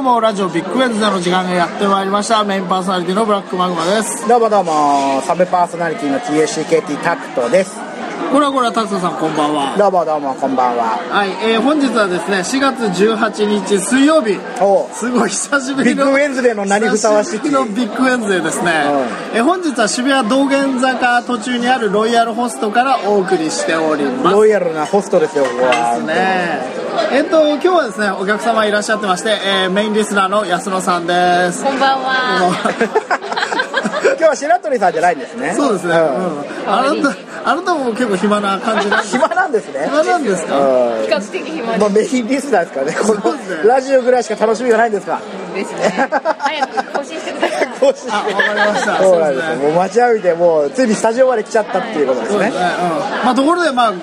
もラジオビッグウェンズでの時間がやってまいりましたメインパーソナリティのブラックマグマですどうもどうもサブパーソナリティの TACKT タクトですこらこらタクトさんこんばんはどうもどうもこんばんははい、えー、本日はですね4月18日水曜日おうすごい久しぶビりッのグウェンズデーの名にふさわしい久ぶりのビッグウェンズデーですね、えー本日は渋谷道玄坂途中にあるロイヤルホストからお送りしておりますロイヤルなホストですよここはですねえっと今日はですねお客様いらっしゃってまして、えーメインリスナーの安野さんですこんばんは。今日は白鳥さんじゃないんですねそうですね、うんあなたあなたも結構暇な感じなんです暇なんですね暇なんですうか比較的暇んまあメインリスナーですからねこそうですねのラジオぐらいしか楽しみがないんですかですね。早く更新してください。更新あわかりましたそうなんですそうでよすねもう待ちわびてもうついにスタジオまで来ちゃったっていうことですそうですねね、うんまあ、ところで、まあね、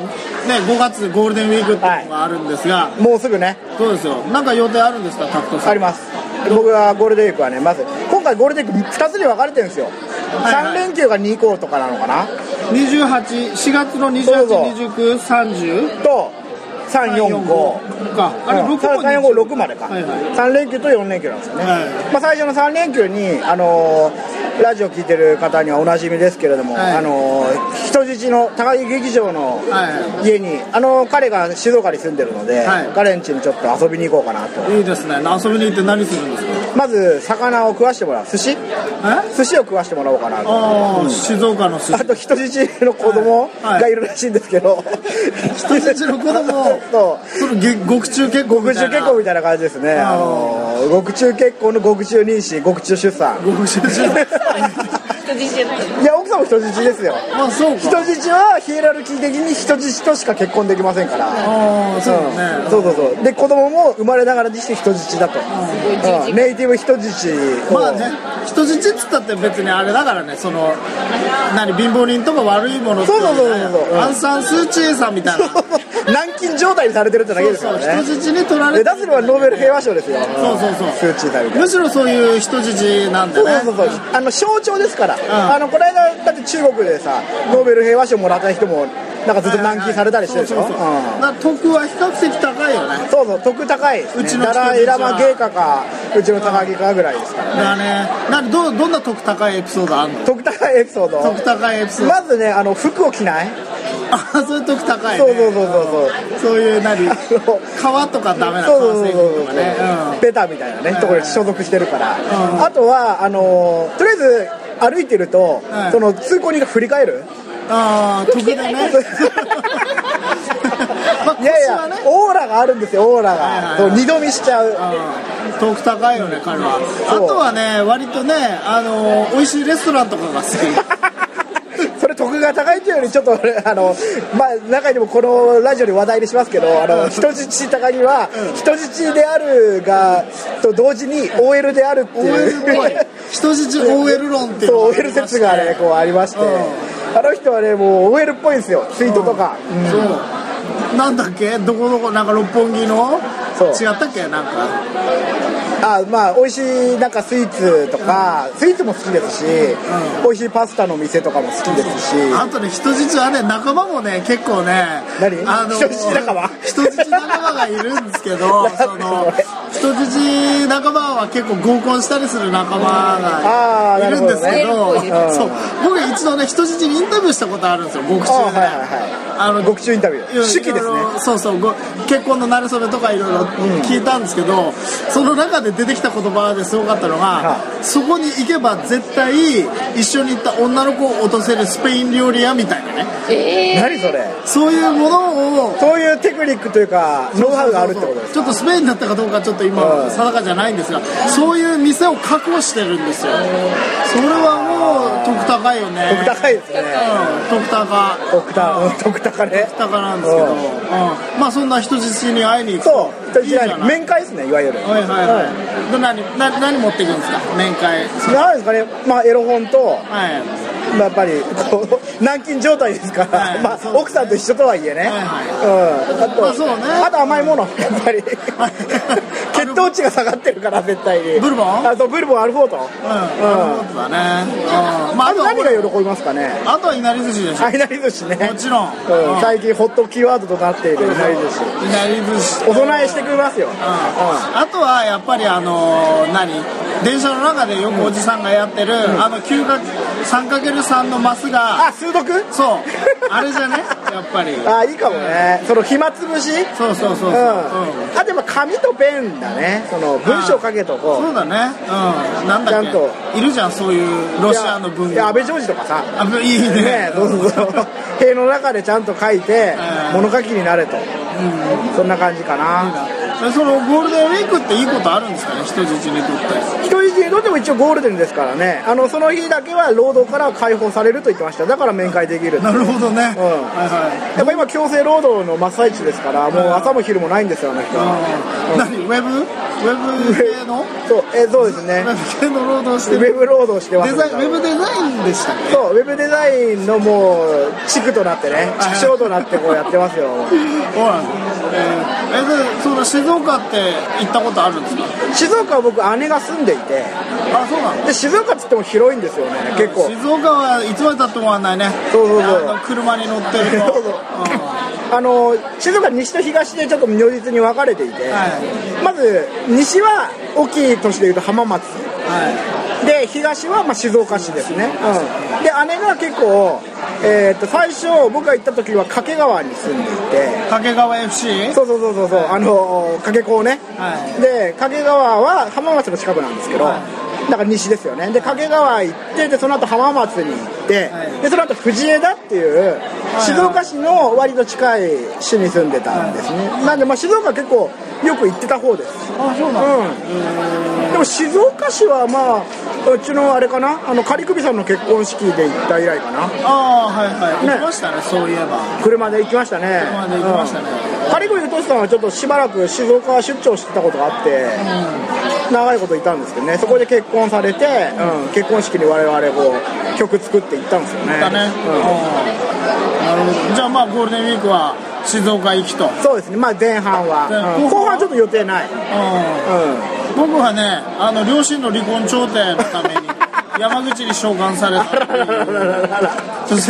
5月ゴールデンウィークっていうのがあるんですが、もうすぐねどうですよなんか予定あるんですかタクトさあんります僕はゴールデンウィークはねまず今回ゴールデンウィーク2つに分かれてるんですよいはい3連休が2個とかなのかな284月のそうそう282930と345かあれ6個3 4 5 6までか、はいはい3連休と4連休なんですよね、はいまあ、最初の3連休に、あのーラジオ聞いてる方にはおなじみですけれども、はいあのー人質の高木劇場のは家に、あのー彼が静岡に住んでるので、はい彼ん家にちょっと遊びに行こうかなといいいですね遊びに行って何するんですかまず魚を食わしてもらう寿司え寿司を食わしてもらおうかなとああ、静岡の寿あ司と人質の子供はいがいるらしいんですけど、人質の子 供そうそのげ獄中結婚獄みた中いな結婚みたいな感じですね、あの獄中結婚の獄中妊娠、獄中 出産、獄中結 婚人質じゃない。いや、奥さんも人質ですよ、あそう人か質はヒエラルキー的に人質としか結婚できませんから、ああそうだね、うんそうそうそう、で、子供も生まれながらにして人質だと、ごいうんネイティブ人質を、まあね人質っつったって別にあれだからねその何貧乏人とか悪いものってそうそうそうそうそううんアンサン・スー・チーさんみたいな 軟禁状態にされてるってだけですそかうらね、人質に取られでて出すのはノーベル平和賞ですよ、そうそうそうスーチーさんみたいな。むしろそういう人質なんそうだねそうそうそうあの象徴ですから、あのこの間だって中国でさノーベル平和賞もらった人もなんかずっと軟禁されたりしてるでしょそうそうそうだから得は比較的高いよねうんそうそう得高いですうねちの人ダたちはライラマ芸家かうちの高木かぐらいですからだからねなんでどうどんな得高いエピソードあんの得高いエピソード得高いエピソードまずねあの服を着ないあそういう得高いそうそうねそうそうそうそういう 何そうそう革とかダメなそう革そう製そう品とそかうねうんベタみたいなねところに所属してるからうんあとはあのとりあえず歩いてるとはいその通行人が振り返るああ得で ねまあいやいや腰はねオーラがあるんですよオーラはいはいがそう二度見しちゃう遠く高いよね彼はあそうとはね割とねあの美味しいレストランとかが好き それ得が高いというよりちょっと俺あのまあ中にもこのラジオで話題にしますけどあの人質高木は人質であるがと同時に OL であるって OL っぽいいう人質 OL 論っていうそうのがあり OL まして説がねこうありましてうあの人はねもう OL っぽいんですよツイートとかそうなんだっけどこどこなんか六本木のそう違ったっけなんかあまあ美味しいなんかスイーツとかスイーツも好きですし美味しいパスタの店とかも好きですしあとね人質はね仲間もね結構ね何あの人質仲間人質仲間がいるんですけ どなんだそのこれ人質仲間は結構合コンしたりする仲間があーないるるほんどでねすけど、うんそう僕一度ね人質にインタビューしたことあるんですよ獄あはい中で、はいはいあの獄中インタビュいろーいろ手記ですねそうそうご結婚の馴れ初めとかいろいろ聞いたんですけど、その中で出てきた言葉ですごかったのが、はそこに行けば絶対一緒に行った女の子を落とせるスペイン料理屋みたいなねええ何それそういうものをそういうテクニックというかノウハウがあるってことですちょっとスペインだったかどうかちょっと今うん定かじゃないんですがそういう店を確保してるんですよそれはもう得高いよね得高いですねうん得高得高得高ね得高なんですけど、ううんんまあそんな人質に会いに行くそという人いじ質ゃなないい面会ですねいわゆるはいはいはい。で何な何持っていくんですか面会。なんですかねまあエロ本とはい。まあやっぱりこう軟禁状態ですから、はい まそうあですね奥さんと一緒とはいえね、はいうん、あと、まあそうねあと甘いものやっぱりはい血糖値が下がってるから絶対にブルボンあそうブルボンアルフォートうん、そうだね。うんまあ、ああととは何が喜びますかねあとはいなり寿司でしょ。あいなり寿司ねもちろん。うんうん最近ホットキーワードとなっているいなり寿司いなり寿司。お供えしてくれますよ、うんあとはやっぱりあのー何電車の中でよくおじさんがやってる、あの 3×3 のマスがあ数読そうあれじゃ ねやっぱりあいいかもねその暇つぶしそうそうそうそう、う、うんんあでも紙とペンだねその文章書けとこうそうだねうんなんだっちゃんけいるじゃんそういうロシアの文いやいや安あ倍ジョージとかさいいねねどうぞ塀の中でちゃんと書いてう物書きになれと、そんな感じかなえそのゴールデンウィークっていいことあるんですかね人質にとって人質にとっても一応ゴールデンですからねあのその日だけは労働から解放されると言ってましただから面会できるなるほどね、うんはいやっぱ今強制労働の真っ最中ですからもう朝も昼もないんですよあの人はい、うん、何ウェブウェブ系 のそうえそうですウェねブ系の労働しウてるェブ労働してますデザインウェブデザインでしたっけそうウェブデザインのもう地区となってね畜生となってこうやってますよそうなんですえーえでその静岡って行ったことあるんですか静岡は僕姉が住んでいてあそうなので静岡っつっても広いんですよね結構静岡はいつまでたっても終わんないねそうそうそうあの車に乗ってる とそうそうあの静岡西と東でちょっと如実に分かれていて、はまず西は大きい都市でいうと浜松うんはで東はまあ静岡市ですね、うん、で姉が結構、えー、と最初僕が行った時は掛川に住んでいいて掛川 FC そうそうそうそうそうあの掛川ね、はで掛川は浜松の近くなんですけど、はだから西ですよねで掛川行ってでその後浜松に行って、はいでその後藤枝っていうい静岡市の割と近い市に住んでたんですね、なんでまあ静岡は結構よく行ってた方ですあそうなのうんでも静岡市はまあうちのあれかなあの仮首さんの結婚式で行った以来かなああはいはいね行きましたねそういえば車で行きましたね車で行きましたねうん仮首としさんはちょっとしばらく静岡出張してたことがあって、長いこといたんですけどねそこで結婚されて、うん結婚式に我々こう曲作って行ったんですよねだねうんなるほどじゃあまあゴールデンウィークは静岡行きとうんうんそうですねまあ前半は、でう後半ん後半ちょっと予定ない、 うん、僕はねあの両親の離婚調停のため に山口に召喚されたっていうちょっと赤裸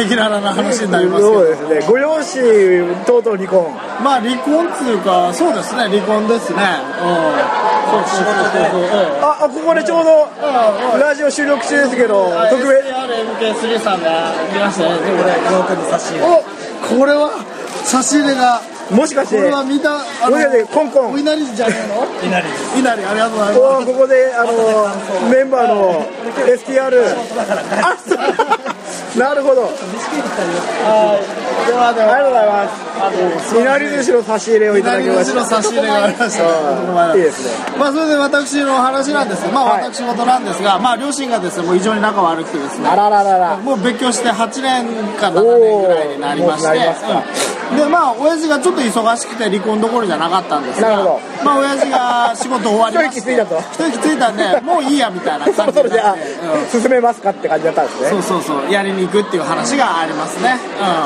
々な話になりますけそどうですねご両親とうとう離婚まあ離婚っていうかそうですね離婚ですねうんそう仕事でうんああここでちょうどラジオ収録中ですけどあ特別 SDRMK3 さんが来ましたねこれロープに差し入れおこれは差し入れがもしかしこれては見たあもしかしてコンコンお稲荷じゃねえのいなりで稲荷ありがとうございまおーここであのメンバーの STR あそうなるほどすではでありはがとうございますいなり寿司の差し入れをいただきま左し口たの差し入れがありましたうんいいですねまあそれで私のお話なんですまあはい私事なんですが、まあ両親がですねもう非常に仲悪くてですねあららららもう別居して8年か7年ぐらいになりましおーもうなりてますかうんでまあ親父がちょっと忙しくて離婚どころじゃなかったんですがなるほどまあ親父が仕事終わりまして一息ついたと一息ついたん でもういいやみたいなそ感ろじそにろじなゃっあて進めますかって感じだったんですうねんそうそうそうやりに行くっていう話がありますね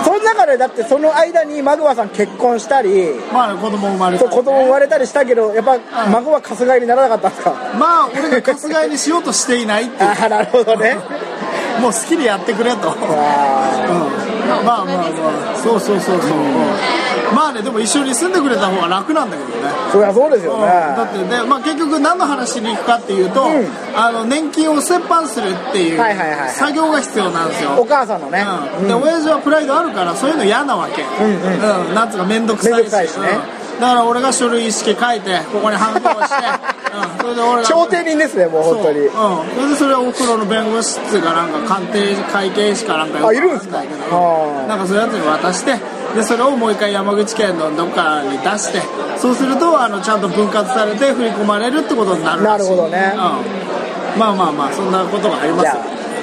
その中でだってその間にマグワさん結婚したりうんまあ子供生まれたそうりね子供生まれたりしたけどやっぱうん孫は春日井にならなかったんですかまあ俺が春日井にしようとしていないっていうああなるほどねもう好きにやってくれと、うん、まああまあまあそうそうそうそう、まあねでも一緒に住んでくれた方が楽なんだけどね、ーそりゃそうですうよん、ねだってで、まあ、結局何の話しに行くかっていうと、んあの年金を折半するっていうはいはいはい作業が必要なんですよ、お母さんのねうん、で親父はプライドあるからそういうの嫌なわけ、うんうんなんつうか面倒くさいし面倒くさいしねうんだから俺が書類意識書いてここにハンコをして、うん、それで俺 が調停人ですねもう本当にそううんそれでそれをお風呂の弁護士っていうかなんか鑑定会計士かなんかよくあいるんすかわんないけあどーなんかそういうやつに渡してでそれをもう一回山口県のどっかに出してそうするとあのちゃんと分割されて振り込まれるってことになるらしいなるほどねうん、まあまあまあそんなことがありまじすゃよ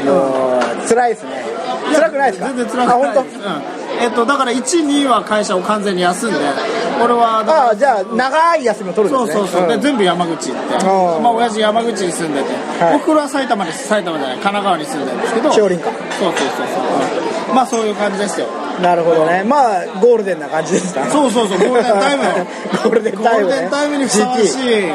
あ、もう辛いですね。辛くないですか？全然辛くないあ、本うんえっと、だから1、2は会社を完全に休んで、俺はだああじゃあ長い休みを取るそんうですねそうそう、んで全部山口行って、あーまあ親父山口に住んでて、はい僕らは埼玉です埼玉じゃない神奈川に住んでるんですけど少林かそうそうそうそう、まあそういう感じですよなるほどねまあゴールデンな感じですかそうそうそう ゴールデンタイムよゴールデンゴターイムルねデンタイムにふさわし GT い、うん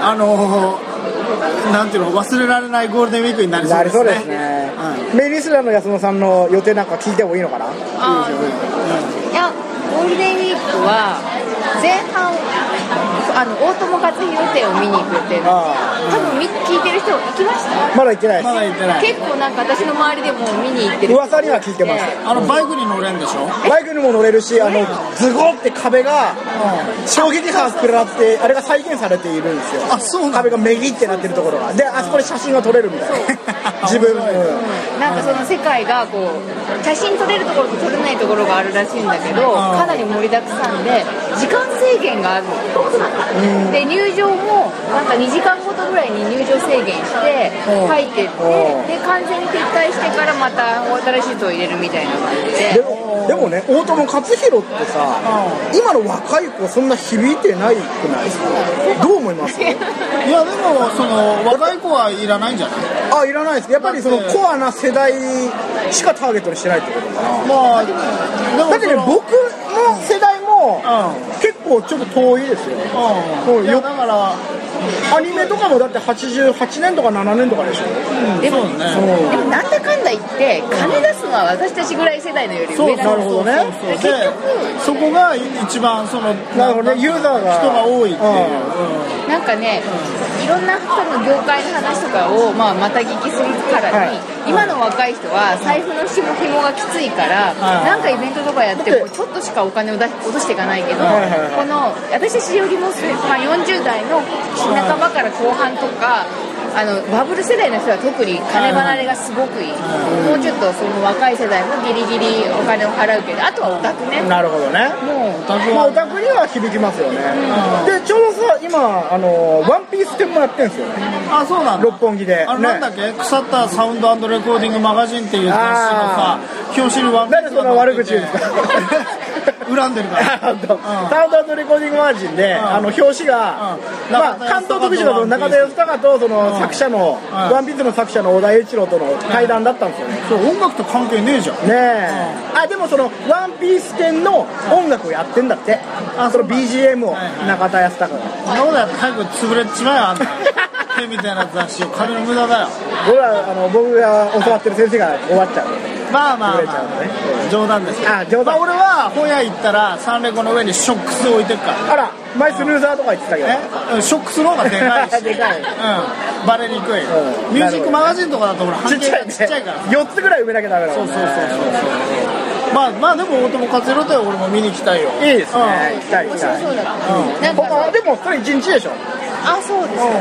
あのーなんていうの忘れられないゴールデンウィークになりそなうりですそねうですね、メイリスラーの安野さんの予定なんか聞いてもいいのかなあーいやゴールデンウィークは前半あの大友克洋展を見に行くっていうのあ多分み聞いてる人行きましたまだ行ってないまだ行ってない結構なんか私の周りでもう見に行ってる噂には聞いてますあのバイクに乗れんでしょバイクにも乗れるしあのズゴって壁が衝撃波を食らってあれが再現されているんですよあそうなの壁がめぎってなってるところがであそこで写真が撮れるみたいな 自分うんなんかその世界がこう写真撮れるところと撮れないところがあるらしいんだけどあーかなり盛りだくさんで時間制限があるので入場もなんか2時間ごとぐらいに入場制限して入ってってうんで完全に撤退してからまた新しい人を入れるみたいな感じででもでもね大友克洋ってさ今の若い子そんな響いてないくないですかどう思 いますいやでもその若い子はいらないんじゃないあいらないですやっぱりそのコアな世代しかターゲットにしてないってことかなまあでもだってね僕の世代もう結構ちょっと遠いですよねんもうんういやよだからアニメとかもだって88年とか7年とかでしょでもそうねでもなんだかんだ言って金出すのは私たちぐらい世代のよりそう上そだうなるほどねそうそうでそこが一番そのなるほどねユーザーが人が多いっていう、なんかね、いろんな多分業界の話とかを、まあ、また聞きするからに、はい今の若い人は財布の紐紐がきついから、はいなんかイベントとかやってだってもうちょっとしかお金を出し落としていかないけど、はいはいはいこの私たちよりも、まあ、40代の半ばから後半とか。あのバブル世代の人は特に金離れがすごくいい、もうちょっとその若い世代もギリギリお金を払うけどあとはオタクね、なるほどねもオうタクまあ、オはタクには響きますよね、でちょうどさ今あのワンピース展もやってんですよねあそうなんだ六本木であれなんだっねけ、腐ったサウンドレコーディングマガジンっていう雑誌のさあ表紙にワンピなんースでそんなが載っ悪てて口言うんですか 恨んでるから あのサウンドアンドレコーディングマージンで、あの表紙が、うんまあ、中田関康東隆特集だと中田義隆とその作者の、んワンピースの作者の小田栄一郎との対談だったんですよね、そう音楽と関係ねえじゃんねえ、あでもその「ワンピース展の音楽をやってんだって、あそそうのなんだ BGM をはいはい中田康隆が、そんなことやって早く潰れちまえよあんた手みたいな雑誌を金の無駄だよ僕はあの僕が教わってる先生が終わっちゃうまあまあ、潰れちゃうまのねあ、冗談ですけどあ冗談まあ俺は本屋行ったらサンレコの上にショックス置いてるからあらマイスヌーザーとか言ってたけどえうんショックスの方がでかいし でかいうん、バレにくい、うんミュージックマガジンとかだとほらち半っ径ちゃいがねちっちゃいから4つぐらい埋めなきゃダメだもそんうねそうそうそうまあまあでも大友克洋とは俺も見に行きたいよいいですね行きたい行面き白たいそうだから、なんか他でもそれ1日でしょあそうですよ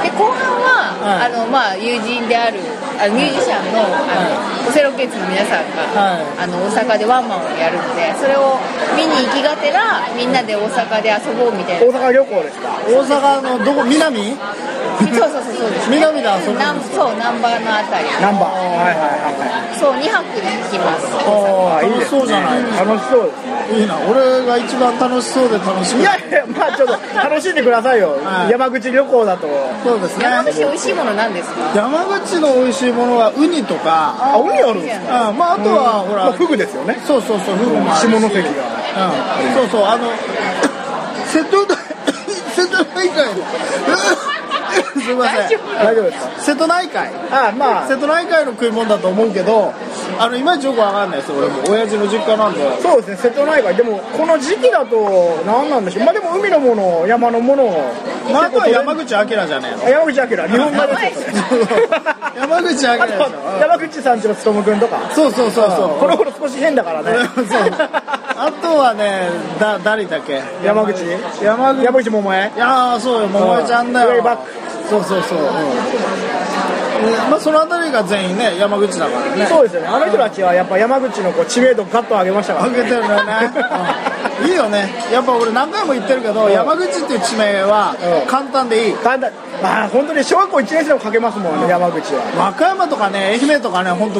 で後半は、はあのまあ、友人であるあのミュージシャンのあのオセロケッツの皆さんが、はあの大阪でワンマンをやるのでそれを見に行きがてらみんなで大阪で遊ぼうみたい大な阪旅行ですか大阪のどこ南そうそうそうそうです南で遊ぶんですか南そう南波のあたりナンバーはいはそう2泊で行きますああいはいはいい楽いでしすねそうじゃない、楽しそうですいねいな俺が一番楽しそうで楽しみいやいやまあちょっと楽しんでくださいよはい山口旅行だとそうですね山口美味しいものなんですか山口の美味しいものはウニとかあ海あるんですうんかまああとはほまあらフグですよねそうそうそうフグもあるし下関がうんそうそうあの 瀬戸内 瀬戸内海の すいません大丈夫ですか瀬戸内海あまあ瀬戸内海の食い物だと思うけどあのいまいちよくわかんないです俺も親父の実家なんでそうですね瀬戸内海でもこの時期だと何なんでしょうまあでも海のもの山のものをまずは山口口明じゃねえの山口明日本語ですよそれ山口明でしょあと山口さんちの勉君とかそうそう そうそうこの頃少し変だからねそうあとはねだ誰だっけ山口山口山口百恵いやーそうよ桃江ちゃんだウェイよバックそうそうそう、うんまあその辺りが全員ね山口だからねそうですよねあの人たちはやっぱ山口のこう知名度ガッと上げましたから上げてるのよね、うんいいよねやっぱ俺何回も言ってるけど、山口っていう地名はうん簡単でいい、だんだんまあ本当に小学校1年生でもかけますもんね山口は和歌山とかね愛媛とかね本当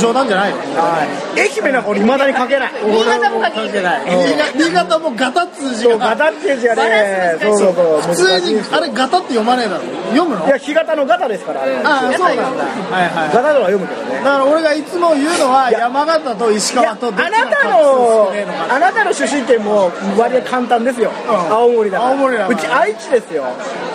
冗談じゃないよはい愛媛なんか俺いまだにかけない新潟もかけ関る係ない新潟新潟もガタっつう字そうがガタって字がバねランスそうそ難しいうそう普通に難しいあれガタって読まねえだろ読むのいや干潟のガタですからあれああやっそうなんぱりだはいはいガタとは読むけどねだから俺がいつも言うのは山形と石い川やあとどっちがなた少のねえのかあなたの出身県も割合簡単ですよ、青森だから青森だからうち愛知ですよ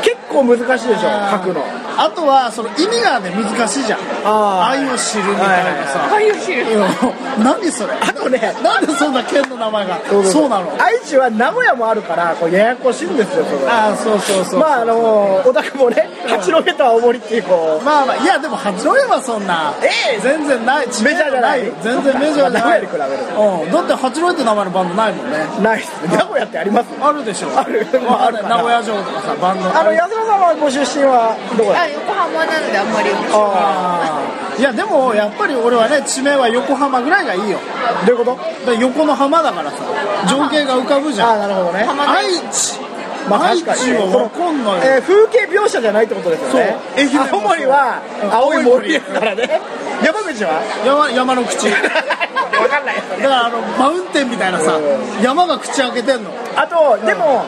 結構難しいでしょ書くのあとはその意味がね難しいじゃんあー愛を知るみたいなさ、ああいう汁うん何それあとねなんでそんな県の名前がそうなの愛知は名古屋もあるからこうややこしいんですよそれああそうそうそう、まあ、まああのー、お宅もね八戸と青森っていうこうまあいやでも八戸はそんなええ全然ない知名度メジャーじゃないよ全然メジャーじゃない名古屋に比べうん、だって八戸って名前のバンドないもんねないっす名古屋ってありますあるでしょあるまあ、あるる名かな古屋城とかさバンドあの安田さんはご出身はどこだあ横浜なんであんまりあーいやでもやっぱり俺はね地名は横浜ぐらいがいいよどういうことだから横の浜だからさ情景が浮かぶじあゃあんなるほどね、浜愛知、愛知は分かねんないよえー風景描写じゃないってことですよねそう愛媛もそう青森はうん青い森ですからね 山口は山山の口だか分かんないらあのマウンテンみたいなさ山が口開けてんのあとでも、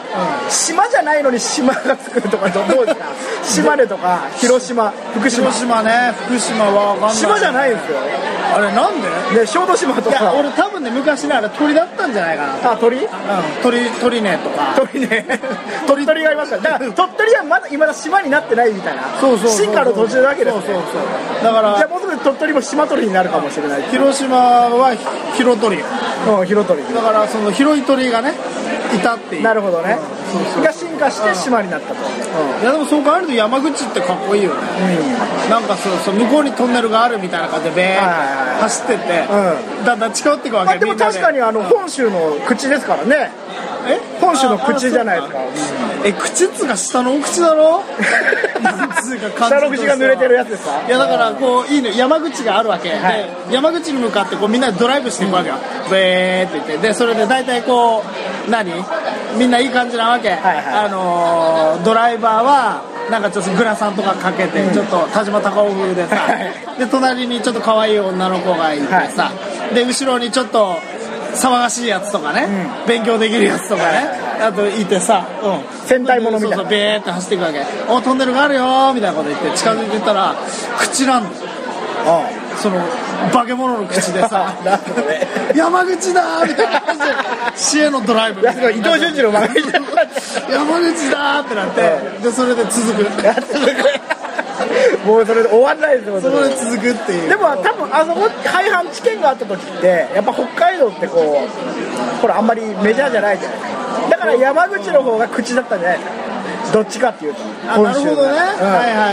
島じゃないのに島がつくとかどうですか島根とか広島福島広島ね福島は分かんない島じゃないんですよあれなんでね小豆島といやか俺多分ね昔ねあれ鳥だったんじゃないかなあ鳥うん鳥鳥ねとか鳥ね鳥鳥がいましただ から鳥取はまだいまだ島になってないみたいなそうそうそう進化の途中だけです、ね、そうそうそうだかじゃあらもうすぐ鳥取も島取りになるかもしれない広島は広鳥うん広鳥だからその広い鳥がねいたっていうなるほどねが進化して島になったと、うんいやでもそう考えると山口ってかっこいいよねなんかそうそう向こうにトンネルがあるみたいな感じでベーはいはいはッい走ってって、だんだん近寄っていくわけあでもみんな確かにあの本州の口ですからねえ本州の口じゃないですかああそうえ口っつうか下のお口だ ろなんつうか感じとしては下の口が濡れてるやつですかいやだからこういいね山口があるわけ、はいで山口に向かってこうみんなでドライブしていくわけよ、ベーって言ってでそれで大体こう何みんないい感じなわけ、はいあのードライバーはなんかちょっとグラサンとかかけて、ちょっと田島貴夫風でさ、はいで隣にちょっと可愛い女の子がいてさ、で後ろにちょっと騒がしいやつとかね、勉強できるやつとかね、あといてさ、うん、戦隊ものみたいなそうそうベーって走っていくわけおトンネルがあるよーみたいなこと言って近づいてったら口なんだよあその化け物の口で さなるほどね山口だーみたいな感じで市へのドライブみたいな伊藤潤二の漫画みたいな感じ山口だーってなってでそれで続くもうそれで終わんないですよそれで続くっていうでも多分あそこ廃藩置県があった時ってやっぱ北海道ってこうほらあんまりメジャーじゃないじゃないだから山口の方が口だったんじゃないですかどっちかっていうとあなるほどね、はいはのいはい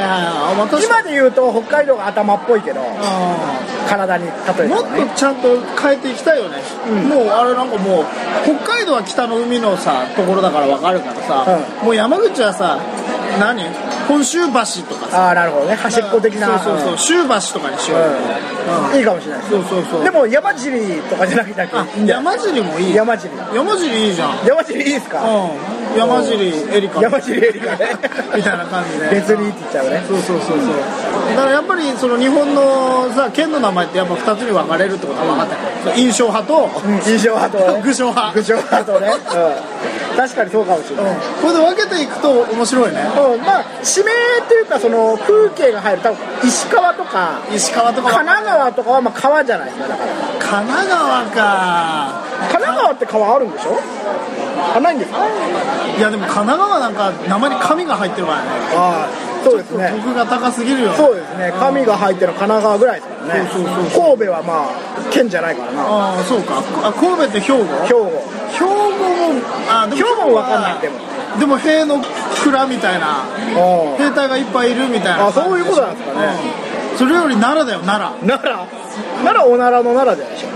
あまあうん確か今で言うと北海道が頭っぽいけど体に例えたらにねもっとちゃんと変えていきたいよね、もうあれなんかもう北海道は北の海のさところだから分かるからさ、もう山口はさ何本州橋とかさああなるほどね端っこ的なそうそうそう州橋とかにしようよ、うんいいかもしれないですそうそうそうでも山尻とかじゃなくてあいいんじゃない山尻もいい山尻山尻いいじゃん山尻いいですかうん山尻エリカ山尻エリカ ねみたいな感じ で別にって言っちゃうねそうそうそうそうだからやっぱりその日本のさ県の名前ってやっぱ2つに分かれるってことは分かったそう印象派と印象派とね具象派具象派とね、うん、確かにそうかもしれない、これで分けていくと面白いねうんまあ地名っていうかその風景が入る多分石川とか石川とか神奈川とかはまあ川じゃないですかだから神奈川か神奈川って川あるんでしょあないんですかいやでも神奈川なんか名前に神が入ってるからねあそうですね僕が高すぎるよそうですね神が入ってるの神奈川ぐらいですからねそうそうそう神戸はまあ県じゃないからなああそうかあ神戸って兵庫兵庫兵庫もあで兵庫もわかんないででももでも兵の蔵みたいなあ兵隊がいっぱいいるみたいなあそういうことなんですかねうんそれより奈良だよ奈良奈良奈良おならの奈良じゃないでしょ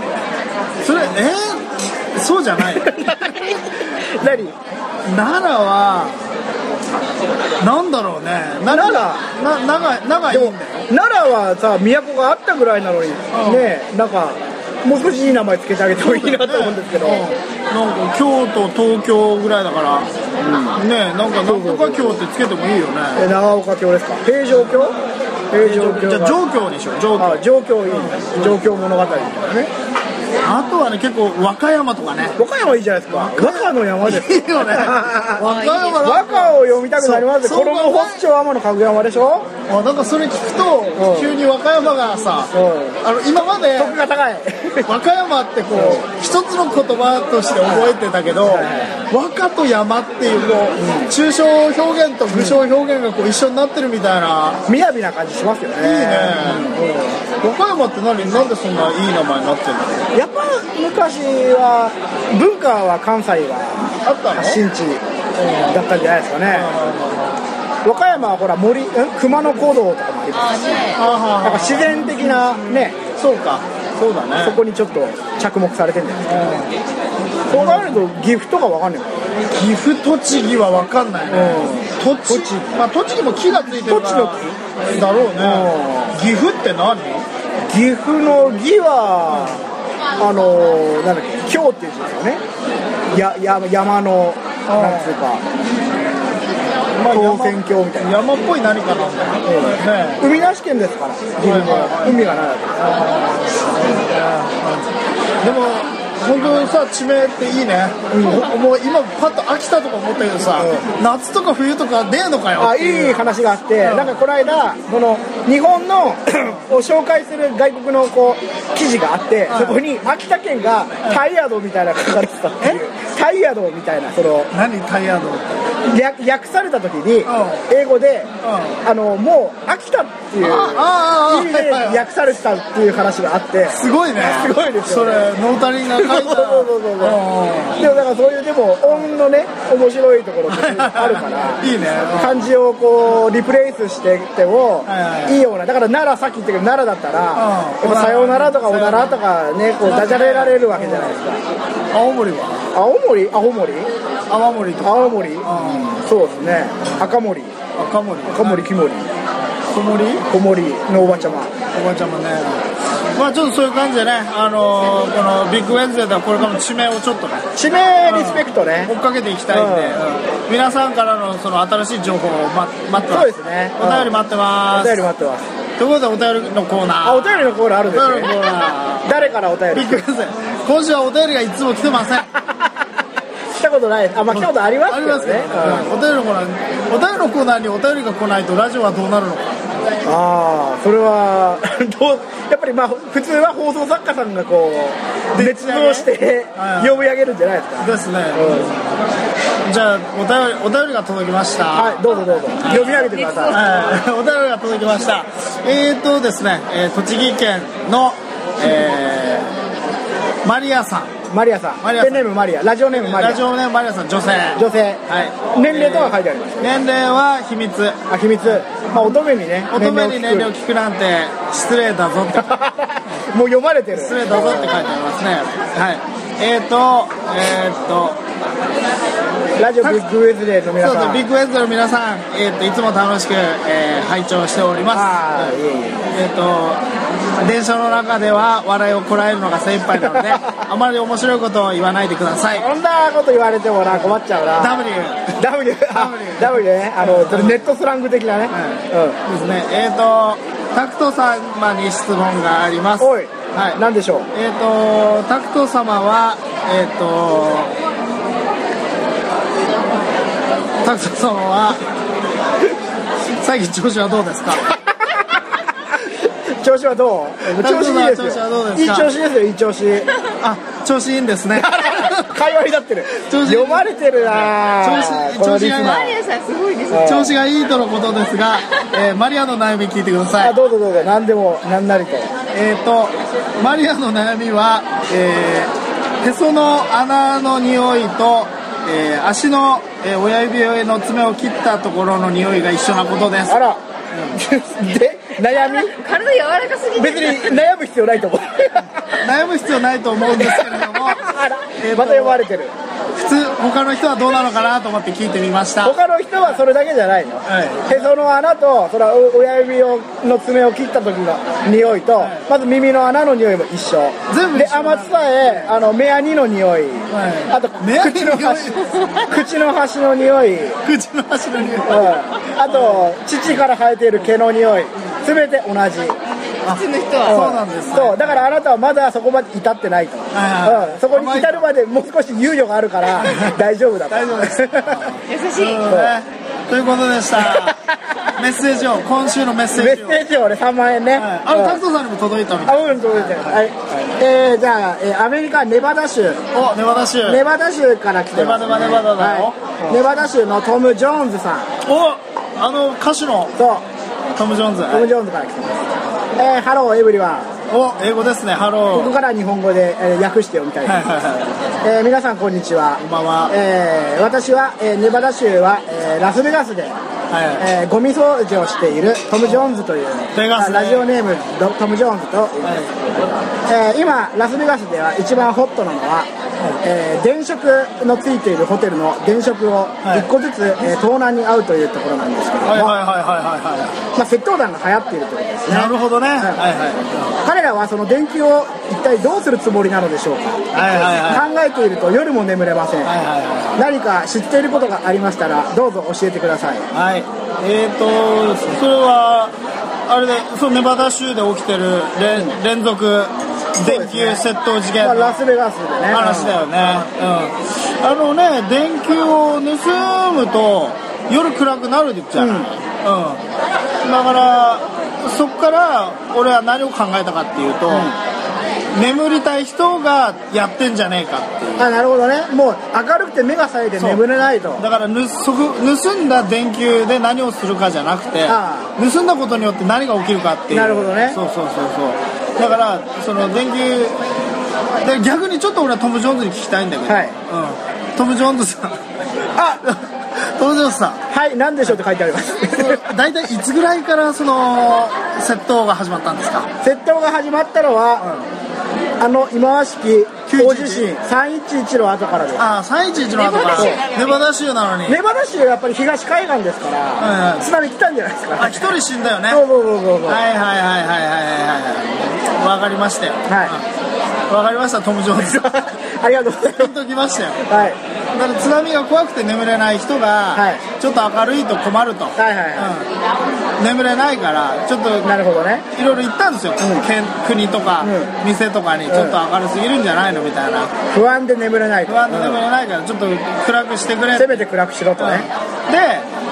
それえー、そうじゃ ない奈良何はなんだろうね奈良な長い長いでいいもんだよ奈良はさ都があったぐらいなのにねなんかもう少しいい名前つけてあげてもいいなと思うんですけど、なんか京都東京ぐらいだから、ねえなんかなんとか京ってつけてもいいよねえ長岡京ですか平城京平城京じゃあが上京にしよう上京あ上京いいね上京物語みたいなねあとはね結構和歌山とかね和歌山いいじゃないですか和歌の山ですいいよね 和歌山和な歌を読みたくなりますねそう子供発祥天のかぐやまでしょあなんかそれ聞くと、うん急に和歌山がさ、うあの今ま で得が高い和歌山ってこう一つの言葉として覚えてたけど和歌と山っていうこう抽象表現と具象表現がこう一緒になってるみたいな雅な感じしますよねいいね和歌山って何なんでそんないい名前になってるのやっぱ昔は文化は関西があったの発信地だったんじゃないですかね和歌山はほら森ん熊野古道とかもありますあねあはなんはか自然的なねそうかそうだそねこにちょっと着目されてんじゃないですかそう考えると岐阜とかわかんない岐阜栃木は分かんないね栃木まあ栃木も木がついてるから栃だろうね岐阜って何岐阜の「岐」はあのーなんだっけ「京」っていう字ですよねやや山のなんつうかまあ当山選郷みたいな山っぽい何かなんだよね海なし県ですから岐阜は海がないわけですでも本当にさ地名っていいね、もう今パッと秋田とか思ったけどさ、夏とか冬とか出えのかよあいい話があって、なんかこの間この日本の を紹介する外国のこう記事があって、そこに秋田県がタイヤドみたいなの書かれてたっていうタイヤドみたいなその何タイヤの略略された時にう英語で、うあのもう秋田っていうああ意味ではいはい訳されてたっていう話があってすごいねすごいですそよれねノータリンが書いた そうそうそうそううんはでもだからそういうでも音のね面白いところっていはいあるからいいね漢字をこうリプレイスしてってもはいはいはいいいようなだから奈良さっき言ったけど奈良だったらやうんっぱさようならとかおならとかねこうダジャレられるわけじゃないですか青森は青森青森青森とか青森そうですね赤森赤森赤森木森小森小森のおばちゃまおばちゃんもねまあちょっとそういう感じでねあのーこのビッグウェンズデーではこれからの地名をちょっとね地名リスペクトね追っかけていきたいんで、皆さんからのその新しい情報を待待ってますそうですねお便り待ってまおす便り待ってますということでお便りのコーナーあお便りのコーナーあるんですお便りのコーねナ誰からお便ーびりっくりした今週はお便りがいつも来てません来たことないですあまあ来たことありますあけりどますけど、ねうんお便りのコーナーお便りのコーナーにお便りが来ないとラジオはどうなるのかああそれは どうやっぱりまあ普通は放送作家さんがこう熱望してはい呼び上げるんじゃないですかですね、じゃあお便りお便りが届きましたはいどうぞどうぞ読み上げてくださいはいお便りが届きましたえーとですね、えー栃木県の、えーマリアさんマリアさんマリアさんペンネームマリアラジオネームマリラアジオネームマリアさん女性女性はい年齢とは書いてあります年齢は秘密あ秘密まあ乙女にね乙女に年齢を聞聞くなんて失礼だぞってく もう読まれてる失礼だぞって書いてありますねはいえーとえーとラジオビッグウェズデーの皆そうさそうビんッグウェンズの皆さん、えー、といつも楽しく、えー拝聴しておりますああいえいええっと電車の中では笑いをこらえるのが精一杯な のであまり面白いことを言わないでくださいそんなこと言われてもな困っちゃうな W で W W W ねあのそれネットスラング的なねはうんすねえっ、とタクト様に質問がありますおいはい何でしょうえっ、とタクト様はえっ、とタクト様 は最近調子はどうですか調子はどう調子いいですよ調子はどうですかいい調子ですよいい調子あ調子いいんです ね 会話になってる調子読まれてるな調子このリ調ス子ナがマーリアさんすごいですうんね調子がいいとのことですが、えーマリアの悩み聞いてくださいあどうぞどうぞ何でも何なりとえー、とマリアの悩みは、えーへその穴の匂いと、えー足の、えー親指の爪を切ったところの匂いが一緒なことですあら で悩み体柔らかすぎ別てに悩む必要ないと思う 悩む必要ないと思うんですけれどもあらえーとまた読まれてる普つ他の人はどうなのかなと思って聞いてみました 他の人はそれだけじゃないの、はへその穴とそれはお親指をの爪を切った時の匂いと、まず耳の穴の匂いも一緒全部で一緒天草へあの目やにの匂い、いあと目やに口の端 口の端の匂い、うん、口の端の匂いあと乳から生えている毛の匂い全て同じ普通の人そはうなんですねそうだからあなたはまだそこまで至ってないと、はいはいうん、そこに至るまでもう少し猶予があるから大丈夫だと 大丈夫です優しいねということでした メッセージを今週のメッセメージッをセージをね3万円はね、いあうのんタクトさんにも届いたみたいあ、うん、そうですよはい。えー、じゃあ、えーアメリカ、ネバダ州。おネバダ州ネバダ州から来てます、ネバネバネバだよはい。ネバダ州のトム・ジョーンズさん。おあの歌手のそう、トム・ジョーンズトム・ジョーンズから来てます。えー、ハロー、エブリワン。お英語ですねハここロから日本語で、えー訳して読みたいーですはいはいはいえー皆さん、こんにちはこ。んばんははいえー、私は、えーネバダ州は、えーラスベガスで、えーゴミ掃除をしているトム・ジョーンズという、ベガスねラジオネームドトム・ジョーンズと言います、えー今ラスベガスでは一番ホットなのは、えー電飾のついているホテルの電飾をい1個ずつ、えー盗難に遭うというところなんですけども、はいはいはいはいはまあ、窃盗団が流行っているということですいなるほどねはいはい彼らはその電球を一体どうするつもりなのでしょうか、はいはいはい考えていると夜も眠れません、はいはいはい何か知っていることがありましたらどうぞ教えてくださいはい、えーと、それは、あれで、そうネバダ州で起きてる連連続電球窃盗事件まあ、のラスベガスでね話だよね、うん、あのね、電球を盗むと、夜暗くなるじゃん、うんうん、だから、そこから俺は何を考えたかっていうと、眠りたい人がやってんじゃねえかっていう。あなるほどねもう明るくて目が冴えて眠れないとだからぬそこ盗んだ電球で何をするかじゃなくてあ盗んだことによって何が起きるかっていうなるほどねそうそうそうそうだからその電球で逆にちょっと俺はトム・ジョーンズに聞きたいんだけど、はいうん、トム・ジョーンズさんあ トム・ジョーンズさんはい何でしょうって書いてあります そう大体いつぐらいからその窃盗が始まったんですか窃盗が始まったのは、あの忌まわしき911大地震311の後からですああ311の後からネネバダ州なのにネバダ州はやっぱり東海岸ですから、うんうん津波来たんじゃないですかあ一人死んだよねそうそうそうそうそうはいはいはいはいはいはいはいわかりましたよはいいわかりましたトム・ジョーンズ ありがとうございピまンときましたよす、はい、だから津波が怖くて眠れない人はがいちょっと明るいと困ると、はいはいはうん眠れないからちょっとなるほどねいろいろ行ったんですよ、県国とか、う店とかにちょっと明るすぎるんじゃないのみたいな不安で眠れないと不安で眠れないからちょっと暗くしてくれせめて暗くしろとうんね、で、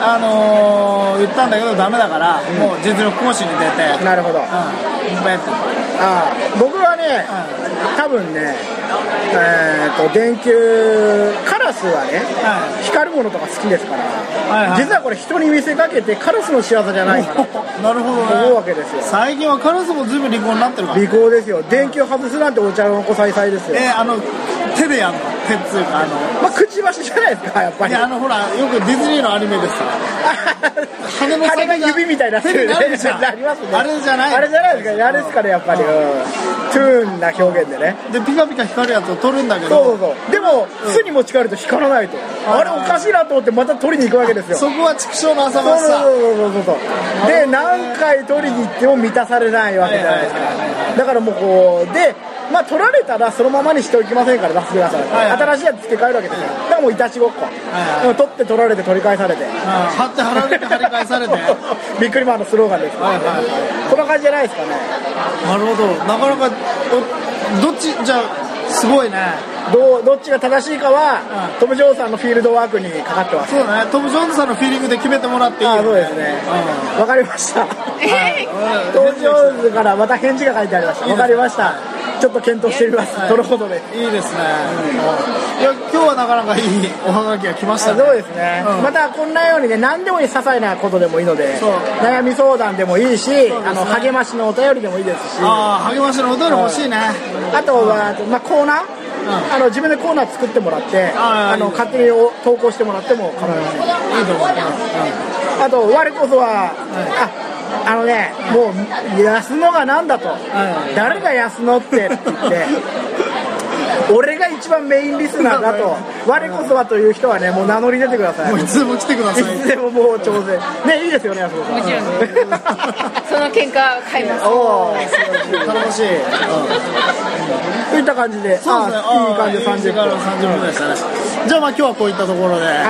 あのー言ったんだけどダメだから、もう実力講師に出て、なるほどあうん、バイトあ僕はね多分ねえー、と電球カラスはね、は光るものとか好きですから、いはい実はこれ人に見せかけてカラスの仕業じゃないかな なるほどね思うわけですよ最近はカラスも随分離婚になってるから利口ですよ電球外すなんてお茶の子さいさいですよ、えーあの手でやんの手っつう かあのまあ、くちばしじゃないですかやっぱいりやあのほらよくディズニーのアニメでさ羽の先羽が指みたいになって手るになるじゃんありますねあれじゃないあれじゃないですかあれですかねやっぱり、うん、トゥーンな表現でねでピカピカ光るやつを取るんだけそうそどうそうでも、巣に持ち帰ると光らないとあれおかしいなと思ってまた取りに行くわけですよそこは畜生の浅そうましそうさそうそうそうで何回取りに行っても満たされないわけじゃないですかはいはだからもうこうでまあ取られたらそのままにしておきませんからラスベガスは、はいはい新しいやつ付け替えるわけですよだからもういたちごっこ、いはいでも取って取られて取り返されて貼って貼られて張り返され てはいはいびっくりマンのスローガンですはこんな感じじゃないですかねいなるほどなかなかおどっちじゃあすごいねどうどっちが正しいかは、トム・ジョーンさんのフィールドワークにかかってますそうだねトム・ジョーンズさんのフィーリングで決めてもらっていいよああそうですねうわかりましたえーんトム・ジョーンズからまた返事が書いてありましたわかりましたちょっと検討してみます、はいとのことでいいですね、いや今日はなかなかいいおはがきが来ましたあねそうですね、うんまたこんなようにね何でもいい些細なことでもいいのでそう悩み相談でもいいし、そうですあねの励ましのお便りでもいいですしあああ励ましのお便り欲しいね、とは、まあ、コーナーんあの自分でコーナー作ってもらってあーあのいい勝手に投稿してもらっても構いません、いいと思います、あと我こそは、ああのねもう安野がなんだと、い誰が安野ってって言って俺が一番メインリスナーだと我こそはという人はねもう名乗り出てくださいもういつでも来てくださいいつでももう挑戦ねいいですよね安子さんもちろんその喧嘩買います おお楽しい、といった感じでそうですねあいい感じであーいい時30間分の30分でしたねじゃあまあ今日はこういったところではいは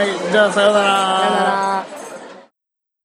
い、じゃあさようならさよなら